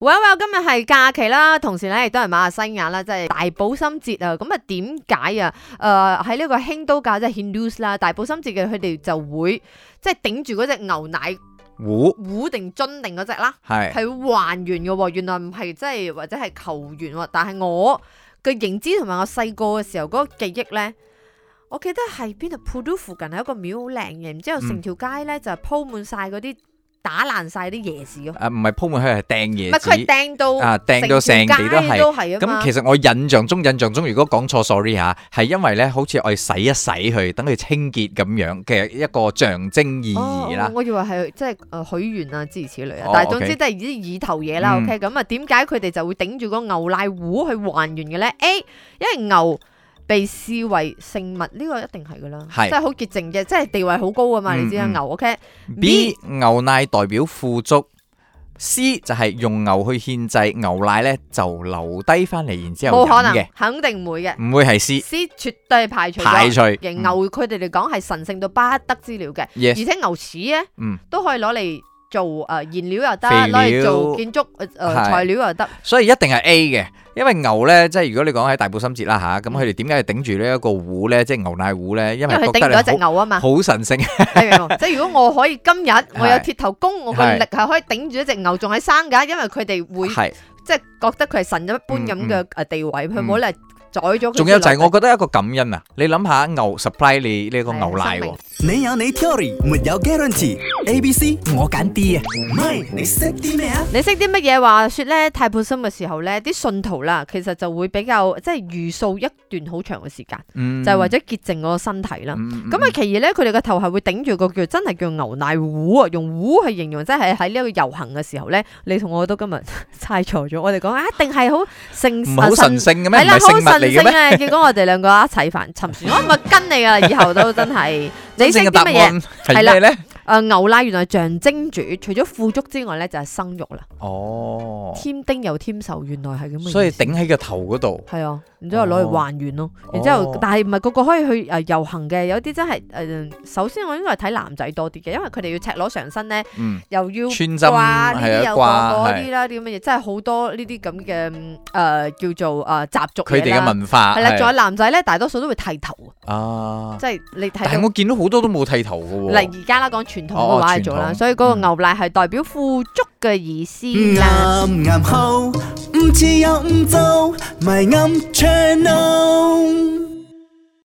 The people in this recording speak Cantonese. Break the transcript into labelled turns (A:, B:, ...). A: Well well，今日係假期啦，同時咧亦都係馬來西亞啦，即係大寶森節啊。咁啊，點解啊？誒喺呢個興都教即係 Hindus 啦，大寶森節嘅佢哋就會即係頂住嗰隻牛奶
B: 糊
A: 壺定樽定嗰隻啦，
B: 係
A: 係會還原嘅喎。原來唔係即係或者係球員喎，但係我嘅認知同埋我細個嘅時候嗰個記憶咧。我記得係邊度 p u 附近係一個廟好靚嘅，然之後成條街咧就係鋪滿晒嗰啲打爛晒啲椰子咯。
B: 啊，唔係鋪滿佢係掟
A: 唔
B: 椰
A: 係佢係
B: 子
A: 掟到
B: 啊，掟到成地都
A: 條街
B: 係。
A: 都係啊嘛
B: 咁。其實我印象中，印象中如果講錯，sorry 吓，係因為咧，好似我哋洗一洗佢，等佢清潔咁樣嘅一個象徵意義
A: 哦
B: 啦
A: 我。我以為係即係誒許願啊，諸如此類啊。
B: 哦
A: 但係總
B: OK
A: 之都係啲意頭嘢啦。
B: 嗯
A: OK，咁啊，點解佢哋就會頂住個牛奶壺去還原嘅咧？A，因為牛被視為聖物，呢個一定係噶啦，即
B: 係
A: 係好潔淨嘅，即係地位好高啊嘛。
B: 嗯
A: 你知啊，
B: 嗯
A: 牛 OK，
B: B 牛奶代表富足，C 就係用牛去獻祭，牛奶咧就留低翻嚟，然之後
A: 冇可
B: 飲
A: 能
B: 嘅，，
A: 肯定唔會嘅。
B: 唔會係 C
A: C 絕對係排除咗
B: 排除。
A: 嘅
B: 嗯
A: 牛，佢哋嚟講係神聖到不得之了嘅，而
B: Yes，
A: 且牛屎咧
B: 嗯，
A: 都可以攞嚟做誒燃料又得，
B: 肥
A: 攞
B: 料
A: 嚟做建築誒
B: 係
A: 誒材料又得。
B: 所以一定係 A 嘅，因為牛咧，即係如果你講喺大埔心節啦吓，咁佢哋點解要頂住呢一個壺咧，即係牛奶壺咧？因為
A: 因為佢
B: 覺
A: 頂
B: 得你
A: 咗只
B: 好
A: 牛啊嘛，
B: 好神聖。
A: 你明 冇？即係如果我可以今日我有
B: 係
A: 鐵頭功，我個力係可以頂住一隻牛仲係生㗎，因為佢哋會
B: 係，嗯
A: 即係覺得佢係神一般咁嘅誒地位，佢冇理由宰咗佢。
B: 仲有就係我覺得一個感恩啊！你諗下牛 supply 你呢個
A: 係
B: 牛奶
A: 啊生命
B: 喎，
C: 你有你 theory，沒有 guarantee。A、B、C 我揀 D 啊，唔係你識啲咩啊？
A: 你識啲乜嘢話説咧？太半心嘅時候咧，啲信徒啦，其實就會比較即係預數一段好長嘅時間，
B: 嗯
A: 就係為咗潔淨我個身體啦。
B: 嗯嗯
A: 咁啊，其二咧，佢哋個頭係會頂住個叫真係叫牛奶壺啊，用壺去形容，即係喺呢一個遊行嘅時候咧，你同我都今日猜錯咗，我哋講啊一定係好聖
B: 唔係好神聖嘅咩？
A: 係
B: 唔
A: 啦，
B: 係
A: 好
B: 聖物
A: 神
B: 嚟嘅
A: 聖
B: 咩？
A: 啊！結果我哋兩個一齊犯沉船，我咪跟你噶啦，以後都真係 你識
B: 真正嘅
A: 啲
B: 答
A: 乜嘢？
B: 案係咩咧？
A: 誒牛奶原來象徵住，除咗富足之外咧，就係生育啦。
B: 哦，
A: 添丁又添壽，原來係咁嘅意思。
B: 所以頂喺個頭嗰度。
A: 係啊，然之後攞嚟還原咯。然之後
B: 哦，
A: 但係唔係個個可以去誒遊行嘅，有啲真係誒。首先我應該係睇男仔多啲嘅，因為佢哋要赤裸上身咧，
B: 嗯，
A: 又要
B: 穿針
A: 掛呢啲
B: 係
A: 又掛
B: 啊
A: 嗰
B: 掛
A: 啲啦，啲咁嘅嘢，真係好多呢啲咁嘅誒叫做誒習俗
B: 佢
A: 嘢
B: 哋
A: 啦
B: 嘅文化
A: 係啦，仲有
B: 係
A: 男仔咧，大多數都會剃頭，
B: 啊。
A: 即係你睇
B: 但係
A: 到
B: 我見到好多都冇剃頭嘅喎。
A: 嗱而家啦，講傳統嘅話
B: 哦
A: 去做啦，
B: 傳統
A: 所以嗰個牛奶係代表富足嘅意思啦。
C: 嗯啱啱好，唔似又唔做，咪啱 channel。